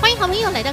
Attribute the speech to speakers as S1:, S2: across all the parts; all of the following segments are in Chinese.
S1: 欢迎好朋友来到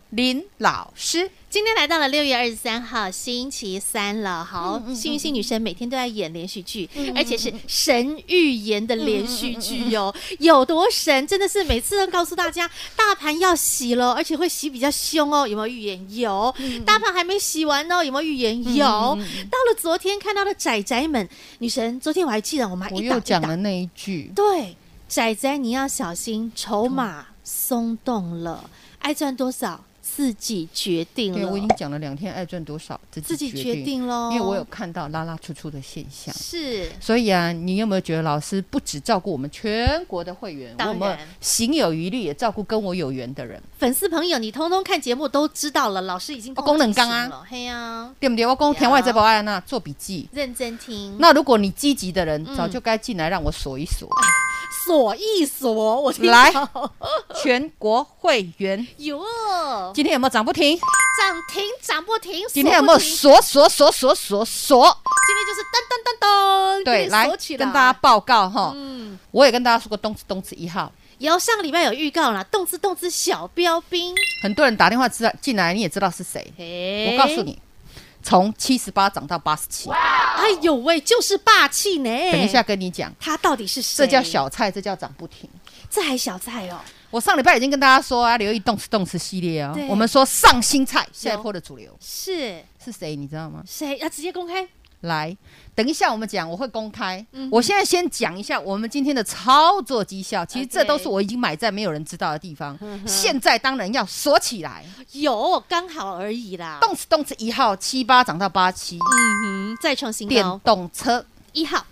S2: 林老师。
S1: 今天来到了六月二十三号星期三了，好，
S2: 嗯
S1: 幸运星女神每天都在演连续剧，而且是神预言的连续剧
S2: 嗯
S1: 哦，有多神？真的是每次都告诉大家，大盘要洗了，而且会洗比较凶哦，有没有预言？有，
S2: 嗯
S1: 大盘还没洗完呢，有没有预言？有。到了昨天看到的仔仔们，女神，昨天我还记得我们还
S2: 我
S1: 啊一
S2: 又
S1: 档一
S2: 讲
S1: 档
S2: 了那一句，
S1: 对，仔仔你要小心，筹码松动了，爱赚多少自己决定
S2: 对
S1: 了，
S2: 我已经讲了两天，爱赚多少自
S1: 嗯
S2: 己
S1: 自己决
S2: 决
S1: 定哦喽。
S2: 因为我有看到拉拉出出的现象。
S1: 是
S2: 所以啊，你有没有觉得老师不只照顾我们全国的会员，我
S1: 当然
S2: 有没有行有余力也照顾跟我有缘的人，
S1: 粉丝朋友，你通通看节目都知道了，老师已经
S2: 哦功能纲啊
S1: 通通进行了，嘿呀、
S2: 对不对？我公
S1: 对啊
S2: 田外在保安那做笔记。
S1: 认真听，
S2: 那如果你积极的人，
S1: 嗯
S2: 早就该进来让我锁一锁。
S1: 锁一锁，我听
S2: 来
S1: 到
S2: 全国会员
S1: 哟，
S2: 今天有没有涨不停？
S1: 涨哦停涨不停，
S2: 今天有没有
S1: 锁不停
S2: 锁锁锁锁锁锁？
S1: 今天就是噔噔噔噔，
S2: 对，
S1: 给你
S2: 来
S1: 锁起
S2: 跟大家
S1: 来，
S2: 报告哈，
S1: 嗯，
S2: 我也跟大家说过东子东子一号，
S1: 然后上个礼拜有预告啦，动次动次小标兵，
S2: 很多人打电话
S1: 嗯
S2: 知道进来，你也知道是谁。
S1: 我
S2: 我告诉，你，从七十八涨到八十七，
S1: 哎呦喂，就是霸气呢！
S2: 等一下，跟你讲，
S1: 他到底是谁？
S2: 这叫，小菜，这叫涨不停。
S1: 这还小菜哦。
S2: 我上礼拜已经跟大家说啊，留意动词动词系列哦
S1: 对。
S2: 我们说上新菜，下一波的主流
S1: 是
S2: 是谁？你知道吗？
S1: 谁？要直接公开？
S2: 来，等一下我们讲，我会公开。
S1: 嗯
S2: 我现在先讲一下我们今天的操作绩效，其实
S1: OK
S2: 这都是我已经买在没有人知道的地方。
S1: 嗯哼
S2: 现在当然要锁起来，
S1: 有，刚好而已啦。，
S2: 动次动次一号七八涨到八七，
S1: 嗯哼，再创新
S2: 电
S1: 高，
S2: 动车
S1: 一号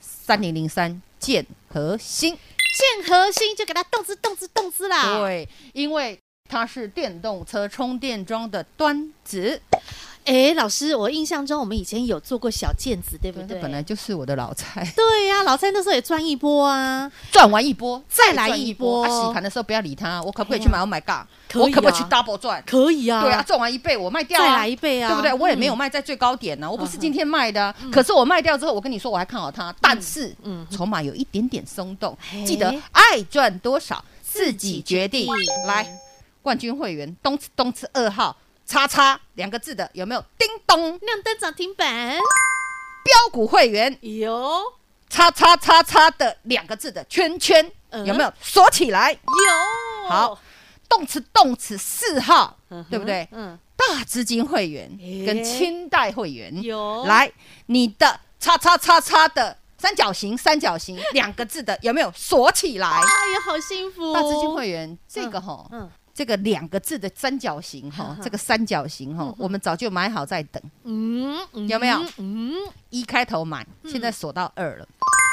S2: 三零零三建核心，
S1: 建核心就给他动资动资动资啦。，
S2: 对，啊因为它是电动车充电桩的端子，
S1: 哎，老师，我印象中我们以前有做过小毽子，对不
S2: 这
S1: 对？
S2: 本来就是我的老菜。
S1: 对呀，老蔡那时候也赚一波啊。
S2: 赚完一波，
S1: 再来
S2: 赚
S1: 一波
S2: 啊洗盘的时候不要理他，我可不可以去
S1: 哎呀
S2: 买？Oh my god！
S1: 可以啊
S2: 我可不可以去 double 赚？
S1: 可以啊
S2: 对啊，，赚完一倍我卖掉啊，
S1: 再来一倍啊，
S2: 对不对？我也
S1: 嗯
S2: 没有，卖在最高点呢、我不是今天卖的啊、可是我卖掉之后，我跟你说我还看好它，但是
S1: 嗯
S2: 筹码有一点点松动
S1: 嘿，
S2: 记得爱赚多少自
S1: 己
S2: 己
S1: 决
S2: 决
S1: 定
S2: 定。来，冠军会员东次东次二号叉叉两个字的有没有？叮咚，
S1: 亮灯涨停板，
S2: 标股会员
S1: 有。
S2: 叉叉叉叉的两个字的圈圈
S1: 嗯
S2: 有没有锁起来？
S1: 有
S2: 好，动词动词四号
S1: 哦嗯哼，
S2: 对不对？
S1: 嗯，
S2: 大资金会员
S1: 诶
S2: 跟清代会员，
S1: 有
S2: 来你的叉叉叉叉的三角形，三角形两个字的有没有锁起来？
S1: 哎呀，好幸福、哦！
S2: 大资金会员这个哈，
S1: 嗯
S2: 这个两个字的三角形哈
S1: 嗯，
S2: 这个三角形哈，我们早就买好在等，
S1: 嗯，嗯
S2: 有没有
S1: 嗯，
S2: 一开头买，现在锁到二了，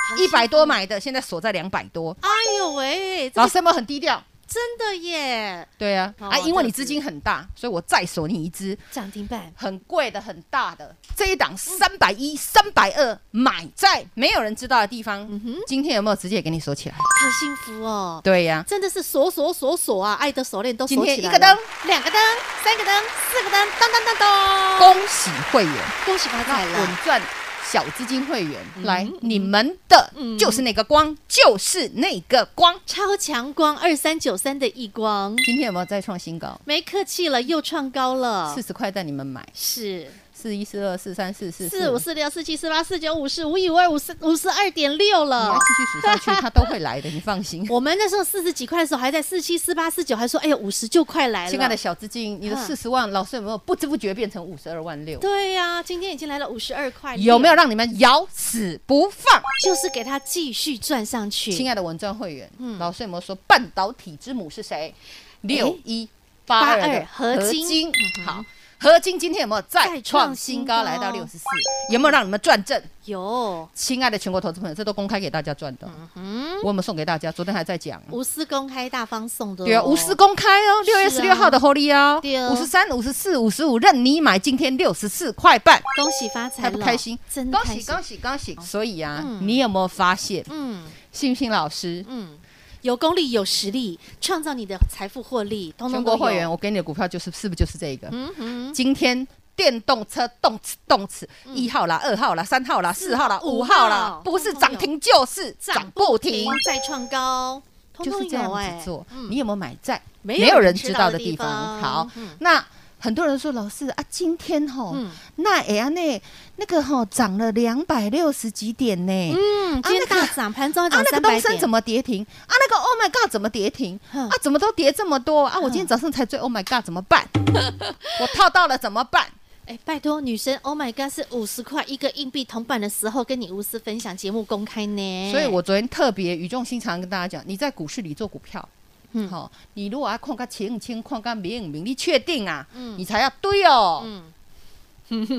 S1: 好
S2: 一
S1: 幸
S2: 百多买的，现在锁在两百多，
S1: 哎呦喂，这
S2: 老
S1: 个
S2: 师有没有很低调？
S1: 真的耶，
S2: 对啊，
S1: 哦
S2: 啊，因为你
S1: 这个
S2: 资金很大，所以我再锁你一只，
S1: 涨停板
S2: 很贵的、很大的这一
S1: 嗯
S2: 档三百一、三百二，买在没有人知道的地方。
S1: 嗯哼
S2: 今天有没有直接给你锁起来？
S1: 好幸福哦！
S2: 对呀、
S1: 真的是锁锁锁锁啊！爱的锁链都锁
S2: 今天
S1: 起来
S2: 一个
S1: 了
S2: 灯、
S1: 两个灯、三个灯、四个灯，当当当当！
S2: 恭喜会员
S1: 恭喜发财
S2: 稳
S1: 了！
S2: 赚小资金会员，
S1: 嗯
S2: 来
S1: 嗯，
S2: 你们的
S1: 嗯
S2: 就是那个光，就是那个光。
S1: 超强光二三九三的一光，
S2: 今天有没有再创新高？
S1: 没客气了，又创高了
S2: 四。十块带你们买，
S1: 是
S2: 四一、四二、四三、四四、
S1: 四五
S2: 五，
S1: 四六四七四八四九五十五以外五十五十二点六
S2: 你
S1: 了
S2: 要。继续数 下去，它都会来的，你放心。
S1: 我们那时候四十几块的时候，还在四七、四八、四九，还说哎呀五十就快来了。
S2: 亲爱的，小资金，你的
S1: 嗯
S2: 四十万，老师有没有不知不觉变成五十二万六？
S1: 对呀、今天已经来了五十二块，
S2: 有没有？让你们咬死不放？
S1: 就是给它继续赚上去。
S2: 亲爱的文章会员，
S1: 嗯
S2: 老师有没有说半导体之母是谁？六一八
S1: 八
S2: 二
S1: 二
S2: 的
S1: 合金嗯哼
S2: 好，合金今天有没有
S1: 再
S2: 再
S1: 创
S2: 创
S1: 新
S2: 新高，来到
S1: 高
S2: 六十四？有没有让你们赚正？
S1: 有，
S2: 亲爱的全国投资朋友，这都公开给大家赚的，
S1: 嗯，
S2: 我有没有送给大家？昨天还在讲。
S1: 无私公开大方送的、哦，
S2: 对啊，无私公开哦，六月
S1: 是
S2: 十
S1: 啊
S2: 六号的获利哦，
S1: 对哦
S2: 五十三、五十四、五十五，任你买，今天六十四块半，
S1: 恭喜发财
S2: 开不
S1: 了，
S2: 开心？
S1: 真的
S2: 恭
S1: 开
S2: 喜
S1: 心
S2: 恭，喜恭喜！所以啊，
S1: 嗯
S2: 你有没有发现，
S1: 嗯
S2: 信不信老师？
S1: 嗯，有功力有实力，创造你的财富获利，通
S2: 全
S1: 通
S2: 国
S1: 都
S2: 会员，
S1: 有，
S2: 我给你的股票就是是不是就是这一个？
S1: 嗯哼，
S2: 今天电动车动次动次，一号啦、二号啦、三号啦、四号啦、
S1: 五
S2: 五
S1: 嗯号
S2: 号啦，不是
S1: 通通有
S2: 涨停就是涨不停，
S1: 再创高，通
S2: 就
S1: 通
S2: 是这样
S1: 有哎、
S2: 子做。
S1: 嗯
S2: 你有没有买在
S1: 没
S2: 没
S1: 有
S2: 有
S1: 人
S2: 人
S1: 知
S2: 知
S1: 道
S2: 道
S1: 的
S2: 的
S1: 地
S2: 地
S1: 方
S2: 方？好
S1: 嗯，
S2: 那很多人说老师啊，今天吼
S1: 嗯
S2: 那哎呀那那个吼涨了两百六十几点呢。
S1: 嗯，今天大涨，盘中
S2: 啊，
S1: 涨
S2: 那个
S1: 三百
S2: 东升
S1: 点，
S2: 怎么跌停？啊，那个 Oh my God 怎么跌停？
S1: 哼
S2: 啊，怎么都跌这么多？啊，我今天早上才追 Oh my God 怎么 办？我套到了怎么办？
S1: 哎，拜托，女生，Oh my God，是五十块一个硬币铜板的时候，跟你无私分享节目公开呢。
S2: 所以我昨天特别语重心长地跟大家讲，你在股市里做股票，
S1: 嗯
S2: 嗯，好、你如果要看个前五千，看个明五明，你确定啊，你才要对哦，
S1: 嗯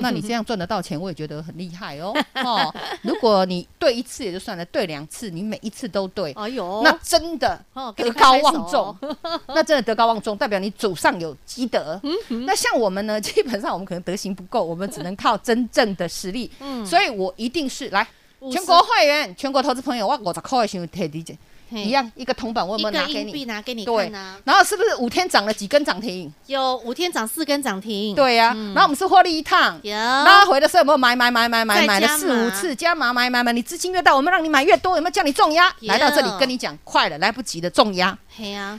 S2: 那你这样赚得到钱，我也觉得很厉 害哦，哦，如果你对一次也就算了，对两次，你每一次都对，
S1: 哎呦，
S2: 那真的
S1: 哦给你
S2: 德高
S1: 拍拍手
S2: 望重，哦 那真的德高望重，代表你祖上有积德。
S1: 嗯
S2: 那像我们呢，基本上我们可能德行不够，我们只能靠真正的实力。
S1: 嗯
S2: 所以我一定是来
S1: 五十
S2: 全国会员、全国投资朋友，我五十块的时候提你
S1: 嘿
S2: 一样一个铜板，我有
S1: 一
S2: 没有
S1: 个
S2: 拿给
S1: 硬币
S2: 你？
S1: 拿给你
S2: 对
S1: 看啊，，
S2: 然后是不是五天涨了几根涨停？
S1: 有五天涨四根涨停，
S2: 对呀，
S1: 嗯
S2: 然后我们是获利一趟。
S1: 有，
S2: 拉回的时候有没有买买买买买
S1: 再
S2: 买了
S1: 加
S2: 四五
S1: 码
S2: 次加码买买买？你资金越大，我们让你买越多，有没有叫你重压？来到这里
S1: 有
S2: 跟你讲，快了，来不及的重压。
S1: 嘿呀，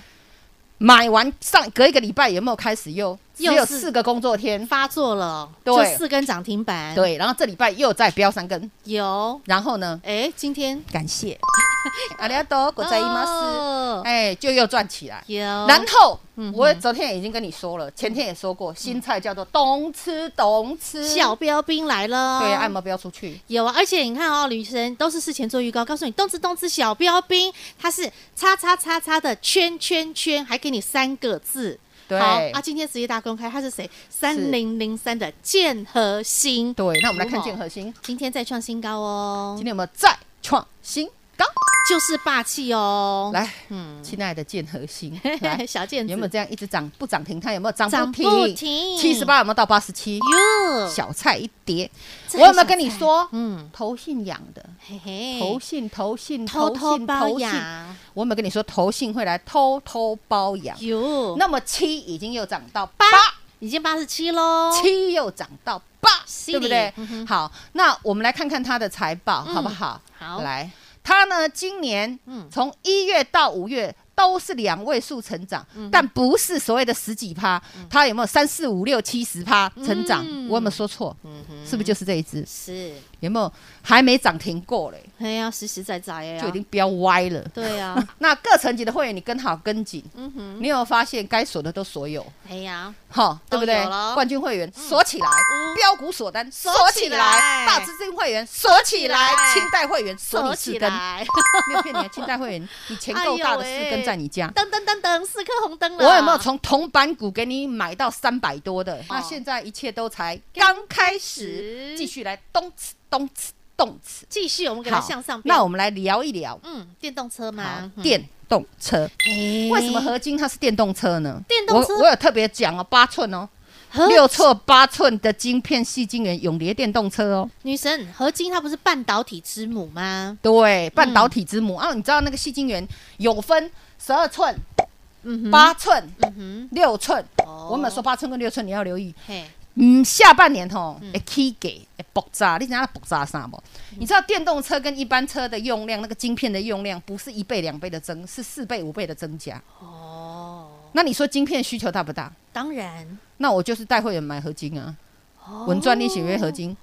S2: 买完上隔一个礼拜有没有开始又只
S1: 又
S2: 有
S1: 是
S2: 四个工作天？
S1: 发作了，
S2: 对
S1: 就四根涨停板，，
S2: 对，然后这礼拜又再飙三根，
S1: 有，
S2: 然后呢？
S1: 哎，今天
S2: 感谢 阿里阿多国在伊马斯，
S1: 哦
S2: 哎，就又赚起来。
S1: 有，
S2: 然后
S1: 嗯哼嗯
S2: 我昨天已经跟你说了，前天也说过，新菜叫做懂吃懂吃，
S1: 小标兵来了，
S2: 对，按摩不要出去。
S1: 有啊，而且你看哦，女生都是事前做预告，告诉你动次动次小标兵，它是叉叉叉叉的圈圈圈，还给你三个字。
S2: 对
S1: 好啊，今天直接大公开，他是谁？三零零三的建和兴，
S2: 对，那我们来看
S1: 哦
S2: 建核心，
S1: 今天再创新高哦
S2: 今，天有没有再创新高？
S1: 就是霸气哦。，
S2: 来，
S1: 嗯，，
S2: 亲爱的建核心，来
S1: 小建子
S2: 有没有这样一直涨不涨停？它有没有涨
S1: 涨
S2: 不
S1: 不
S2: 停？
S1: 停，
S2: 七十八有没有到八十七？
S1: 哟，
S2: 小菜一碟。
S1: 嗯这
S2: 我有
S1: 还
S2: 没有
S1: 小
S2: 跟你
S1: 菜？
S2: 说，
S1: 嗯，
S2: 投信养的，
S1: 嘿嘿，
S2: 投信投信
S1: 偷偷
S2: 信
S1: 包
S2: 投信，
S1: 养，
S2: 我有没有跟你说投信会来偷偷包养？
S1: 哟，
S2: 那么七已经又涨到八
S1: 八，已经八十七喽，
S2: 七又涨到八，
S1: 犀利
S2: 对不对
S1: 嗯哼？
S2: 好，那我们来看看它的财报
S1: 嗯
S2: 好不好？
S1: 好
S2: 来，它呢今年
S1: 嗯
S2: 从一月到五月。都是两位数成长，
S1: 嗯
S2: 但不是所谓的十几趴，它有没有三四五六七十趴成长？
S1: 嗯
S2: 我有没有说错？
S1: 嗯哼，
S2: 是不是就是这一只？
S1: 是？
S2: 有没有还没涨停过嘞？
S1: 哎呀，实实在在呀，
S2: 就已经飙歪了。
S1: 啊对 呀，
S2: 那各层级的会员，你跟好跟紧，
S1: 嗯哼，
S2: 你有没有发现该锁的都锁有，
S1: 哎呀，
S2: 哈，
S1: 都
S2: 对
S1: 有
S2: 不对
S1: 了？
S2: 冠军会员锁起来
S1: 嗯，
S2: 标股锁单锁
S1: 起
S2: 起
S1: 来
S2: 来，大资金会员锁起来
S1: 锁起来，
S2: 清代会员锁你
S1: 锁
S2: 四
S1: 起
S2: 根，
S1: 来，
S2: 没有骗你，啊清代会员你钱够大的
S1: 哎呦
S2: 四
S1: 喂
S2: 根在你家。
S1: 噔噔噔噔，四颗红灯了，
S2: 我有没有从铜板股给你买到三百多的？那现在一切都才刚开
S1: 哦始
S2: 始，继续来动次动次动次。
S1: 继续？我们给它
S2: 好
S1: 向上
S2: 那
S1: 飙，
S2: 我们来聊一聊
S1: 嗯，电动车
S2: 好
S1: 嘛，嗯，
S2: 电动车。
S1: 哎
S2: 为什么合金它是电动车呢？
S1: 电动车呃
S2: 我我有特别讲哦，八寸哦，
S1: 合
S2: 六寸八寸的晶片细晶圆永联电动车哦，
S1: 女神合金它不是半导体之母吗？
S2: 对，半导体之母、啊，你知道那个细晶圆有分十二寸、
S1: 嗯哼，
S2: 八寸、
S1: 嗯
S2: 六寸，
S1: 哼，哦
S2: 我们说，八寸跟六寸你要留意。
S1: 嘿，
S2: 嗯，下半年吼，
S1: 嗯
S2: 会起价，会爆炸，你知道它爆炸啥不？你知道电动车跟一般车的用量，那个晶片的用量不是一倍两倍的增，是四倍五倍的增加。
S1: 哦，
S2: 那你说晶片需求大不大？
S1: 当然，
S2: 那我就是带会员买合金啊。
S1: 哦
S2: 稳赚利息约合金，
S1: 哦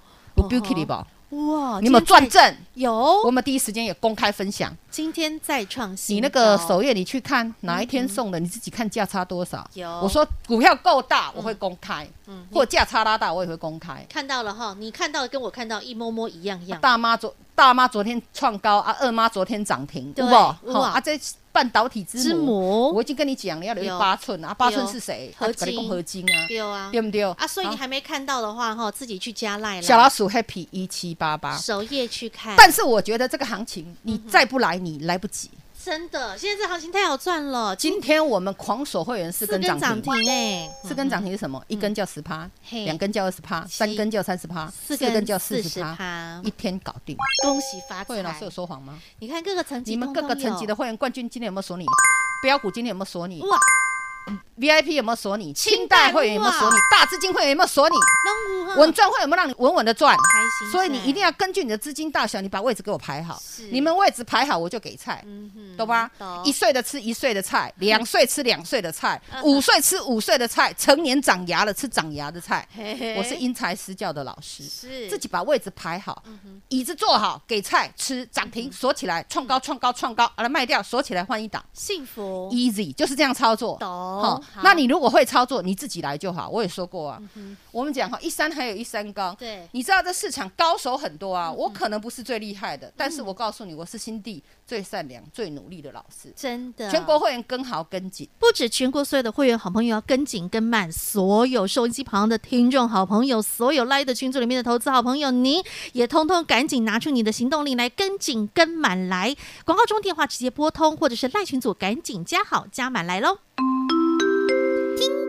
S2: 有 b u k i 吧？
S1: 哇，
S2: 你有没有赚
S1: 今天
S2: 正？
S1: 再？有，
S2: 我们第一时间也公开分享。
S1: 今天再创新哦
S2: 你
S1: 高，
S2: 那个首页你去看哪一天送的，你自己看价差多少。
S1: 嗯有
S2: 我说股票够大，我会公开，
S1: 嗯
S2: 或价差拉大，我也会公开。
S1: 看到了哈，你看到的跟我看到一摸摸一样样，
S2: 大妈昨大妈昨天创高啊，二妈昨天涨停，
S1: 对
S2: 有无
S1: 有
S2: 吼
S1: 啊
S2: 啊，这半导体之母，
S1: 之母
S2: 我已经跟你讲了，要留
S1: 有
S2: 意八寸啊，八寸
S1: 有
S2: 是谁？
S1: 合
S2: 啊跟你
S1: 金
S2: 讲合金啊，
S1: 对啊，
S2: 对不对？
S1: 啊，所以你
S2: 好
S1: 还没看到的话，哈，自己去加赖了，
S2: 小老鼠 happy 一七八八，
S1: 首页去看。
S2: 但是我觉得这个行情你再不来，你来不及。
S1: 真的，现在这行情太好赚了，
S2: 今天我们狂锁会员四
S1: 四
S2: 根
S1: 根
S2: 涨
S1: 涨停
S2: 停。嗯
S1: 哎，
S2: 四根涨停是什么？一根叫十趴，
S1: 嘿
S2: 两根叫二十趴，
S1: 是
S2: 三根叫三十趴，
S1: 嗯四
S2: 四
S1: 根
S2: 根叫四十
S1: 40%
S2: 趴，一天搞定。
S1: 恭喜发
S2: 会员老师有
S1: 财！
S2: 说谎吗？
S1: 你看各个层级，
S2: 你们各个层级的
S1: 通
S2: 会员冠军今天有没有锁你？标股今天有没有锁你
S1: 通有哇，
S2: ？VIP 有没有锁你？
S1: 清
S2: 嗯清
S1: 代
S2: 代会员有没有锁你嗯
S1: 哇？
S2: 大资金会员有没有锁你？
S1: 能五
S2: 稳赚会有没有让你稳稳的赚？
S1: 开心，
S2: 所以你一定要根据你的资金大小，你把位置给我排好
S1: 是。
S2: 你们位置排好，我就给菜。
S1: 嗯哼
S2: 懂吧？
S1: 懂
S2: 一岁的吃一岁的菜，两岁吃两岁的菜
S1: 嗯，
S2: 五岁吃五岁的菜，成年长牙了吃长牙的菜。
S1: 嘿嘿
S2: 我是因材施教的老师，
S1: 是嗯
S2: 自己把位置排好，椅子坐好，给菜吃，涨停锁起来，
S1: 嗯
S2: 创高创高创高，把它卖掉，锁起来换一档
S1: 幸福
S2: ，easy 就是这样操作。
S1: 懂
S2: 齁
S1: 好嗯
S2: 那你如果会操作，你自己来就好。我也说过啊，我们讲哈，一山还有一山高。
S1: 对嗯
S2: 你知道这市场高手很多啊，我可能不是最厉害的，但是我告诉你，我是心地最善良、最努力的老师。
S1: 真的
S2: 全国会员跟好跟紧，
S1: 不止全国所有的会员好朋友要跟紧跟满，所有收音机旁的听众好朋友，所有 Light 群组里面的投资好朋友，您也通通赶紧拿出你的行动力来跟紧跟满来。广告中电话直接拨通，或者是赖群组赶紧加好加满来喽。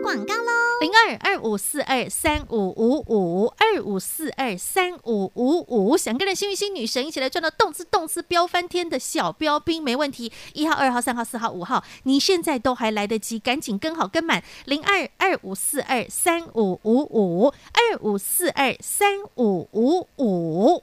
S3: 广告。
S1: 零二二五四二三五五五二五四二三五五五，想跟着幸运星女神一起来赚到动次动次飙翻天的小标兵，没问题。一号、二号、三号、四号、五号，你现在都还来得及，赶紧跟好跟满。零二二五四二三五五五二五四二三五五五。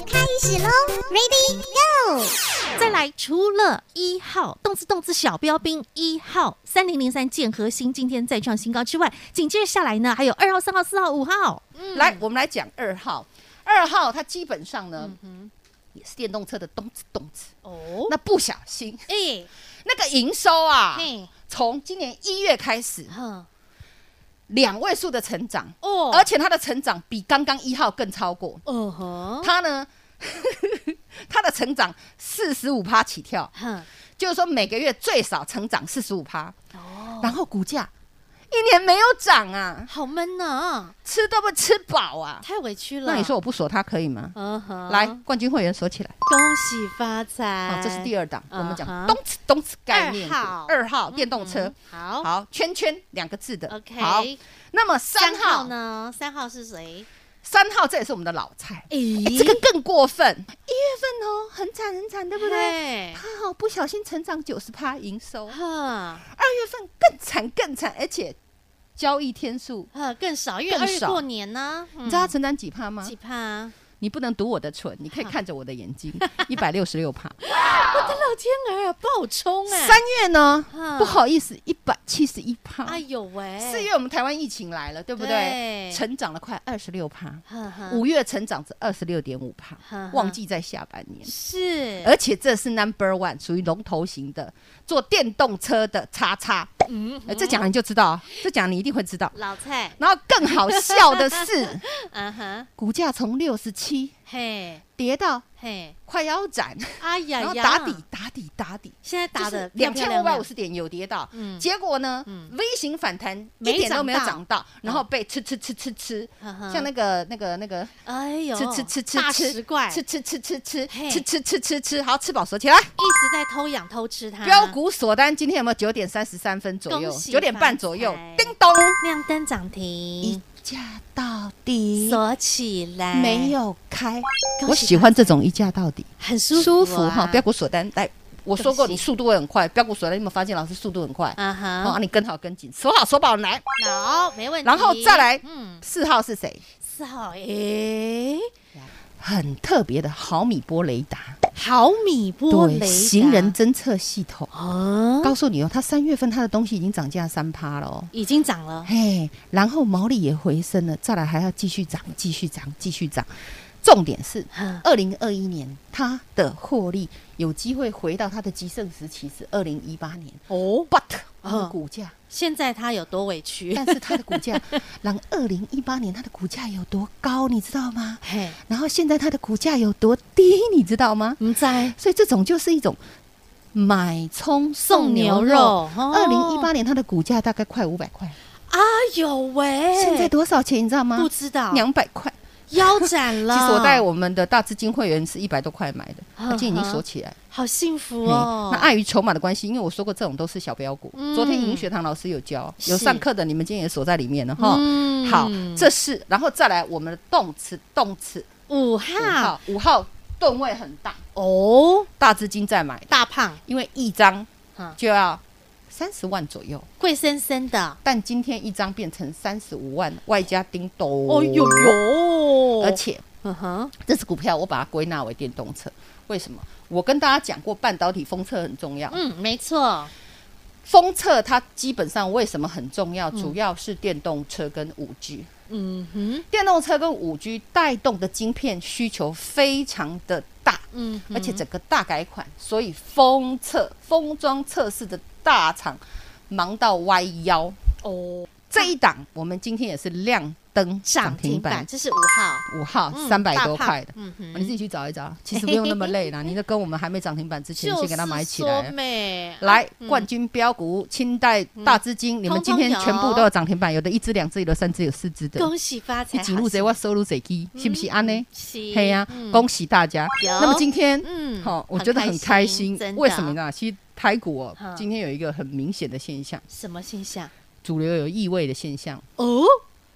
S3: 开始喽，Ready Go！
S1: 再来，除了一号动次动次小标兵一号三零零三建和兴今天再创新高之外，紧接着下来呢，还有二号、三号、四号、五号。
S2: 来，我们来讲二号。二号它基本上呢，也是电动车的动次动次。
S1: 嗯哦，
S2: 那不小心，
S1: 哎、
S2: 那个营收啊，
S1: 嘿，
S2: 从今年一月开始，
S1: 哼，
S2: 两位数的成长，
S1: 哦，
S2: 而且它的成长比刚刚一号更超过。
S1: 哦吼，
S2: 它呢， 它的成长四十五趴起跳，
S1: 哼，
S2: 就是说每个月最少成长四十五趴，
S1: 哦，
S2: 然后股价一年没有涨啊，
S1: 好闷呐、
S2: 吃都不吃饱啊。
S1: 太委屈了。
S2: 那你说，我不锁它可以吗？
S1: 嗯哼，
S2: 来，
S1: 恭
S2: 冠军会员锁起来。
S1: 喜发财
S2: 好，，这是第
S1: 二
S2: 二档，
S1: 嗯
S2: 我们讲
S1: 哼
S2: 东次东次概念股，
S1: 二号嗯
S2: 二号电动车。
S1: 好
S2: 好，圈圈两个字的。
S1: ，OK，
S2: 好，那么
S1: 三
S2: 三
S1: 号
S2: 号？
S1: 呢？三号是谁？
S2: 三号这也是我们的老菜，哎
S1: 咦、
S2: 这个更过分。一月份哦，很惨很惨，对不对？
S1: 对？
S2: 它好不小心成长九十趴营收，二
S1: 哼，
S2: 月份更惨更惨，而且交易天数，
S1: 呃，更少，因为二
S2: 更
S1: 月
S2: 少
S1: 过年呢、嗯
S2: 你知道它成长几趴吗
S1: 几？趴？
S2: 你不能读我的唇，你可以看着我的眼睛，一百六十六趴。
S1: 老天儿啊，爆冲哎、
S2: 三月呢
S1: 嗯？
S2: 不好意思，一百七十一趴。
S1: 哎呦喂，
S2: 四，月我们台湾疫情来了，对不
S1: 对
S2: 对？成长了快二十六趴，
S1: 呵呵
S2: 五月成长至二十六点五趴
S1: 嗯哼哼，
S2: 旺季在下半年。
S1: 是，
S2: 而且这是 number one，属于龙头型的，做电动车的叉叉。
S1: 嗯
S2: 呃这讲你就知道啊，这讲你一定会知道。
S1: 老蔡，
S2: 然后更好笑 的是，
S1: 嗯哼，
S2: 股价从六十七
S1: 嘿，
S2: 跌到
S1: 嘿，
S2: 快腰斩，
S1: 哎呀
S2: 然后
S1: 呀，
S2: 打底，打底打底，
S1: 现在打的
S2: 两千五百五十点有跌到，
S1: 嗯
S2: 结果呢
S1: 嗯
S2: ，V 型反弹
S1: 没
S2: 一点都没有
S1: 涨到嗯
S2: 涨到，然后被吃吃吃吃吃，像
S1: 像
S2: 那个那个那个
S1: 哎呦，
S2: 吃吃吃吃
S1: 大
S2: 吃
S1: 食怪，
S2: 吃
S1: 一
S2: 吃吃吃吃
S1: 嘿啊
S2: 吃吃吃吃吃，好吃饱锁起来。
S1: 直在偷养偷吃它，
S2: 标股锁单今天有没有九点三十三分左右
S1: 恭？喜
S2: 九点半左右
S1: 发财，
S2: 叮咚，
S1: 亮灯涨停
S2: 一，价到底，
S1: 锁起来，
S2: 没有开。
S1: 恭喜
S2: 我喜欢这种一价到底，
S1: 很舒
S2: 舒
S1: 服
S2: 服
S1: 啊
S2: 哈。标股锁单，来，我说
S1: 恭
S2: 过
S1: 喜
S2: 你速度会很快，标股锁单，你有没有发现老师速度很快？
S1: 啊
S2: 哦，啊
S1: 哈，
S2: 你跟好跟紧，锁好锁饱来。
S1: 好，没问题。
S2: 然后再来
S1: 嗯，
S2: 四号是谁？
S1: 四号，诶，
S2: 很特别的毫米波雷达，
S1: 毫米波雷达
S2: 行人侦测系统。
S1: 哦，
S2: 告诉你哦，它三月份它的东西已经涨价三趴了哦。
S1: 已经涨了，
S2: 嘿，然后毛利也回升了，再来还要继续涨，继续涨，继续涨。重点是，
S1: 哼
S2: 二零二一年它的获利有机会回到它的极盛时期是二零一八年
S1: 哦，
S2: ，but 它
S1: 嗯
S2: 的股价，
S1: 现在他有多委屈？
S2: 但是它的股价， 然二零一八年它的股价有多高，你知道吗？
S1: 嘿，
S2: 然后现在它的股价有多低，你知道吗？
S1: 唔在
S2: 所以这种就是一种买葱送
S1: 送
S2: 牛
S1: 牛
S2: 肉。
S1: 肉，
S2: 二零一八年它的股价大概快五百块，
S1: 八，哎呦喂，
S2: 现在多少钱你知道吗？
S1: 不知道
S2: 两百块。
S1: 腰斩
S2: 其
S1: 了。
S2: 实我带我们的大资金会员是一百多块买的，
S1: 嗯
S2: 而且已经锁起来。
S1: 好幸福
S2: 嘿
S1: 哦
S2: 嗯那。碍于筹码的关系，因为我说过这种都是小标股。
S1: 嗯
S2: 昨天银学堂老师有教，
S1: 是
S2: 有上课的你们今天也锁在里面了哈。
S1: 嗯
S2: 好，这是然后再来我们的动词，动词
S1: 五
S2: 五
S1: 号
S2: 号五号吨位很大，
S1: 哦，
S2: 大资金在买的，
S1: 大胖
S2: 因为一张
S1: 嗯
S2: 就要三十万左右，
S1: 贵生生的，
S2: 但今天一张变成三十五万，外加叮咚。
S1: 哦呦呦，
S2: 而且
S1: 嗯哼，
S2: 这只股票我把它归纳为电动车，为什么？我跟大家讲过，半导体封测很重要。
S1: 嗯，没错，
S2: 封测它基本上为什么很重要？主要是电动车跟五 G。
S1: 嗯哼，
S2: 电动车跟五 G 带动的晶片需求非常的大，
S1: 嗯，
S2: 而且整个大改款，所以封测封装测试的大厂忙到歪腰。
S1: 哦，
S2: 这一档我们今天也是亮灯
S1: 涨
S2: 涨停
S1: 停板，
S2: 板，
S1: 这是五号，
S2: 五号
S1: 嗯
S2: 三百
S1: 大
S2: 多
S1: 胖
S2: 块的。哦
S1: 嗯哼
S2: 你自己去找一找，其实不用那么 累啦。你就跟我们还没涨停板之前，先给它买起
S1: 就是说
S2: 来。啊
S1: 美
S2: 来，
S1: 嗯
S2: 冠军标股、清代大资金，你们今天
S1: 通通有
S2: 全部都有涨停板，有的一只、两只，有的三只，有四只的。
S1: 恭喜发财，
S2: 你进入
S1: 好
S2: 贼，我收入贼低，是不是安呢？
S1: 喜，
S2: 嘿呀
S1: 嗯，
S2: 恭喜大家。
S1: 有
S2: 那么今天，
S1: 嗯
S2: 好，我觉得很开心
S1: 真。的
S2: 为什么呢？其实台股
S1: 嗯
S2: 哦，今天有一个很明显的现象，
S1: 什么现象？
S2: 主流有异味的现象。
S1: 哦，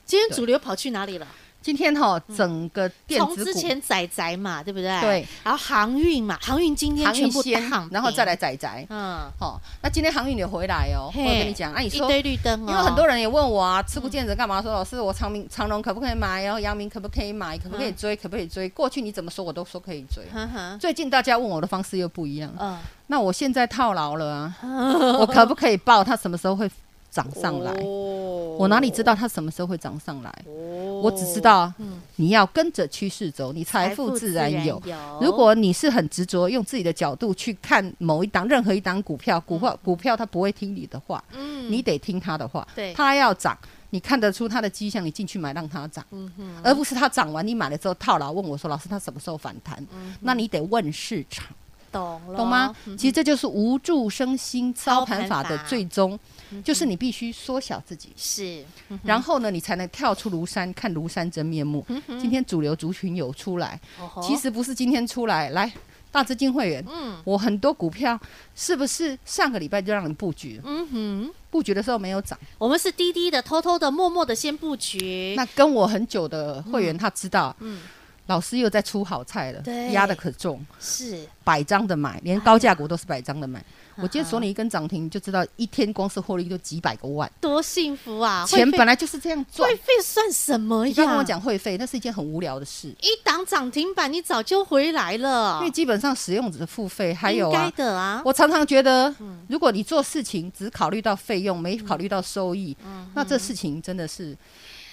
S1: 今天
S2: 对
S1: 主流跑去哪里了？
S2: 今天哈，整个电
S1: 嗯从
S2: 子
S1: 之
S2: 股
S1: 前仔仔嘛，对不对？
S2: 对，
S1: 然后航运嘛，航运今天
S2: 航
S1: 全
S2: 运
S1: 部
S2: 先
S1: 躺，，
S2: 然后再来，仔仔。
S1: 嗯，
S2: 哦，那今天航运也回来哦，我
S1: 嘿
S2: 有跟你讲，啊，你
S1: 一
S2: 说，
S1: 堆绿灯哦，
S2: 因为很多人也问我啊，吃不见人干嘛？说老师，我长明长隆可不可以买？然后阳明可不可以买？可不可以追？可不可以追？过去你怎么说我都说可以追。
S1: 哼嗯哼，
S2: 最近大家问我的方式又不一样，
S1: 嗯，
S2: 那我现在套牢了啊， 我可不可以报它什么时候会涨上来？
S1: 我
S2: 我哪里知？道它什么时候会涨上来？
S1: 我
S2: 我只知道
S1: 嗯
S2: 你要跟着趋势走，你财富自然有。如果你是很执着，用自己的角度去看某一档、任何一档股票，股票、股票它不会听你的话，
S1: 嗯
S2: 你得听它的话。
S1: 对
S2: 它要涨，你看得出它的迹象，你进去买让它涨，
S1: 嗯哼
S2: 而不是它涨完你买了之后套牢，问我说老师它什么时候反弹？那你得问市场，
S1: 懂了，
S2: 懂吗？
S1: 嗯
S2: 其实这就是无助生心操盘法
S1: 操
S2: 的
S1: 盘法嗯
S2: 最终，就是你必须缩小自己。
S1: 是
S2: 然后呢，你才能跳出庐山，看庐山真面目。今天主流族群有出来，
S1: 嗯哦吼
S2: 其实不是今天出来，来大资金会员，
S1: 嗯
S2: 我很多股票是不是上个礼拜就让你布局？
S1: 嗯哼，
S2: 布局的时候没有涨，
S1: 我们是低低的、偷偷的、默默的先布局，
S2: 那跟我很久的会员他知道，
S1: 嗯
S2: 老师又在出好菜了
S1: 对，哎
S2: 压的可重，
S1: 是
S2: 百张的买，连高价股都是百张的买。
S1: 啊
S2: 我今天锁你一根涨停，你就知道一天光是获利就几百个万，
S1: 多幸福啊！
S2: 钱
S1: 会费
S2: 本来就是这样赚
S1: 会。费算什么呀？
S2: 你不要跟我讲会费，那是一件很无聊的事。
S1: 一档涨停板，你早就回来了，
S2: 因为基本上使用者的付费还有
S1: 应该
S2: 啊，
S1: 的啊，嗯
S2: 我常常觉得，如果你做事情只考虑到费用，没考虑到收益，
S1: 嗯
S2: 那这事情真的是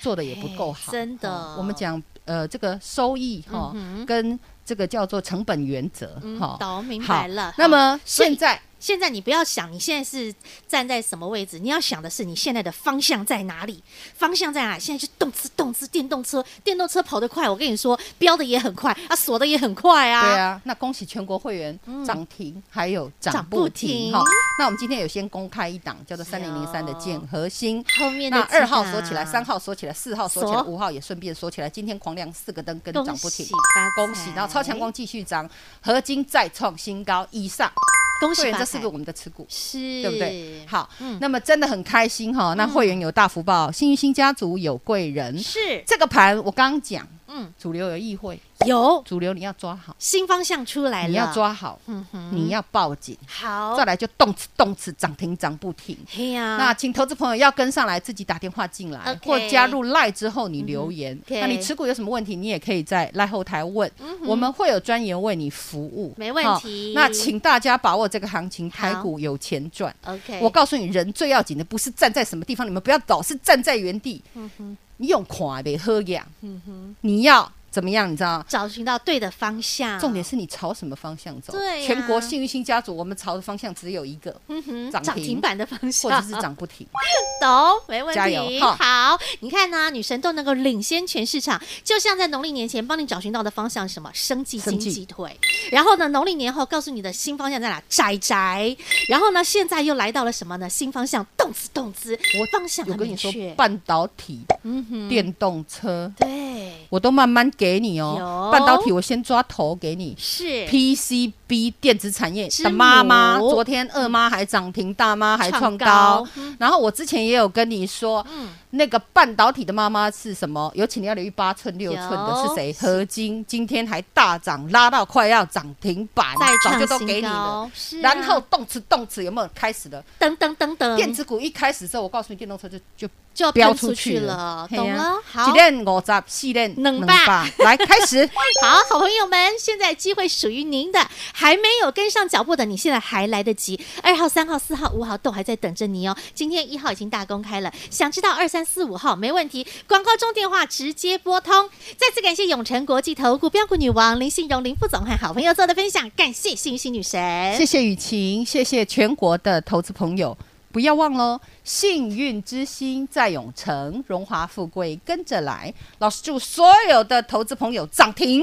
S2: 做的也不够好。
S1: 哎真的
S2: 哦我们讲呃这个收益哈、跟这个叫做成本原则
S1: 嗯
S2: 哈。
S1: 懂明
S2: 好
S1: 白了。
S2: 那么
S1: 所以
S2: 现在
S1: 现在你不要想你现在是站在什么位置，你要想的是你现在的方向在哪里，方向在哪里？现在就动次动次，电动车，电动车跑得快，我跟你说，飙的也很快啊，锁的也很快啊。嗯
S2: 对啊，那恭喜全国会员涨停，还有涨
S1: 涨不
S2: 不停
S1: 停
S2: 哈、那我们今天有先公开一档叫做
S1: 是哦
S2: 三零零三的建核心。
S1: 后面的
S2: 那
S1: 几
S2: 二号
S1: 档
S2: 锁起来，三号锁起来，四号锁起来，
S1: 锁
S2: 五号也顺便锁起来。今天狂亮四个灯跟
S1: 恭
S2: 涨不停
S1: 喜，发财
S2: 恭喜！然后超强光继续涨，合金再创新高以上。
S1: 恭喜
S2: 会员
S1: 发
S2: 这是不
S1: 财
S2: 是我们的持股？
S1: 是，
S2: 对不对？好，
S1: 嗯
S2: 那么真的很开心哈、那会员有大福报，幸运星家族有贵人。
S1: 是
S2: 这个盘我刚刚讲，
S1: 嗯
S2: 嗯，主流有议会，
S1: 有
S2: 主流你要抓好，
S1: 新方向出来了，
S2: 你要，抓好，
S1: 嗯哼，
S2: 你要抱紧，
S1: 好
S2: 再，来就动次动次涨停涨不停。
S1: 嘿呀，
S2: 那请投资朋友要跟上来，自己打电话进来
S1: 嗯 OK
S2: 或加入赖之后你留言。
S1: OK 嗯
S2: 那你持股有什么问题，你也可以在赖后台问，我们会有专员为你服务，
S1: 没问
S2: 好
S1: 题
S2: 那请大家把握这个行情，
S1: 好
S2: 台股有钱赚。
S1: OK，
S2: 我告诉你，人最要紧的不是站在什么地方，你们不要老是站在原地。
S1: 嗯
S2: 你用看呗，喝呀。你要怎么样？你知道吗？
S1: 找寻到对的方向，
S2: 重点是你朝什么方向走？
S1: 对呀
S2: 全国幸运星家族，我们朝的方向只有一个，
S1: 嗯哼
S2: 涨
S1: 涨
S2: 停
S1: 停板的方
S2: 或
S1: 向，
S2: 者是涨不停。
S1: 懂，没问
S2: 加油
S1: 题。
S2: 哈
S1: 好，你看呢、女神都能够领先全市场，就像在农历年前帮你找寻到的方向是什么，生计
S2: 生
S1: 金
S2: 计
S1: 鸡腿，然后呢，农历年后告诉你的新方向在哪，宅宅，然后呢，现在又来到了什么呢？新方向，动词动词，
S2: 我
S1: 方 向
S2: 我
S1: 很
S2: 跟你
S1: 明
S2: 说
S1: 确，，
S2: 半导体、
S1: 嗯哼，
S2: 电动车，
S1: 对，
S2: 我都慢慢给你哦。
S1: 有
S2: 半导体我先抓头给你
S1: 是
S2: ，PCB 电子产业
S1: 之
S2: 的妈妈，
S1: 母
S2: 昨天二妈还涨停，大妈还创
S1: 创
S2: 高
S1: 高嗯。
S2: 然后我之前也有跟你说，那个半导体的妈妈是什么？尤其你要留意八寸、六寸的
S1: 有
S2: 是谁？合金今天还大涨，拉到快要涨停板
S1: 再，
S2: 早
S1: 创
S2: 就都
S1: 新
S2: 给你了
S1: 高。是啊嗯
S2: 然后动词动词有没有开始了？
S1: 等等等等，
S2: 电子股一开始之后，我告诉你，电动车就就
S1: 就要哦
S2: 飙
S1: 喷出
S2: 出
S1: 去
S2: 去
S1: 了
S2: 了，，
S1: 懂
S2: 嘿
S1: 了
S2: 啊？
S1: 好
S2: 一。练五十，四练
S1: 两百
S2: 百，来开始。
S1: 好，好朋友们，现在机会属于您的，还没有跟上脚步的，你现在还来得及。二号、三号、四号、五号都还在等着你哦。今天一号已经大公开了，想知道二三四五号没问题，广告中电话直接拨通。再次感谢永诚国际投顾标股女王林信荣林副总和好朋友做的分享，感谢幸运星女神，
S2: 谢谢雨晴，谢谢全国的投资朋友，不要忘喽，幸运之星在永城，荣华富贵跟着来。老师祝所有的投资朋友涨停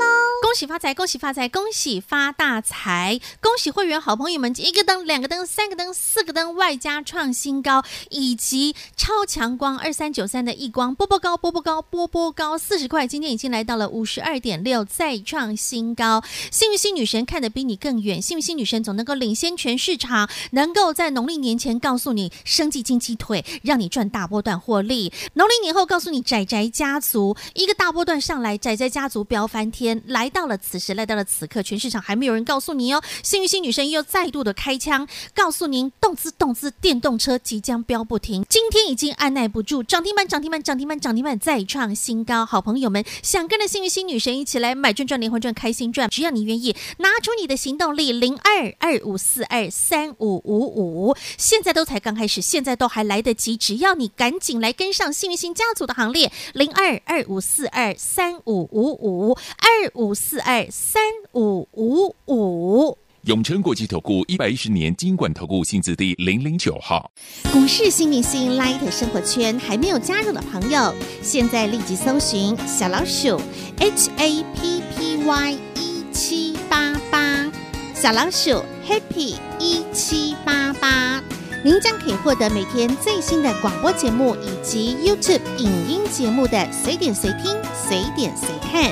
S1: 恭喜发财，恭喜发财，恭喜发大财！恭喜会员好朋友们，一个灯、两个灯、三个灯、四个灯，外加创新高，以及超强光二三九三的一光，波波高，波波高，波波高，四十块，今天已经来到了五十二点六，再创新高。幸运星女神看得比你更远，幸运星女神总能够领先全市场，能够在农历年前告诉你生计金鸡腿，让你赚大波段获利；农历年后告诉你宅宅家族一个大波段上来，宅宅家族飙翻天。来到了此时，来到了此刻，全市场还没有人告诉你哦。幸运星女神又再度的开枪，告诉您动资动资电动车即将飙不停，今天已经按耐不住，涨停板涨停板涨停板涨停板再创新高。好朋友们，想跟着幸运星女神一起来买赚赚连环赚开心赚，只要你愿意，拿出你的行动力零二二五四二三五五五，现在都才刚开始，现在都还来得及，只要你赶紧来跟上幸运星家族的行列，零二二五四二三五五五二五四二三五五五。
S4: 永诚国际投顾一百一十年金管投顾新字第零零九号。
S1: 股市新明星 Light 生活圈还没有加入的朋友，现在立即搜寻小老鼠 HAPPY 一七八八，小老鼠 Happy 一七八八，您将可以获得每天最新的广播节目以及 YouTube 影音节目的随点随听、随点随看。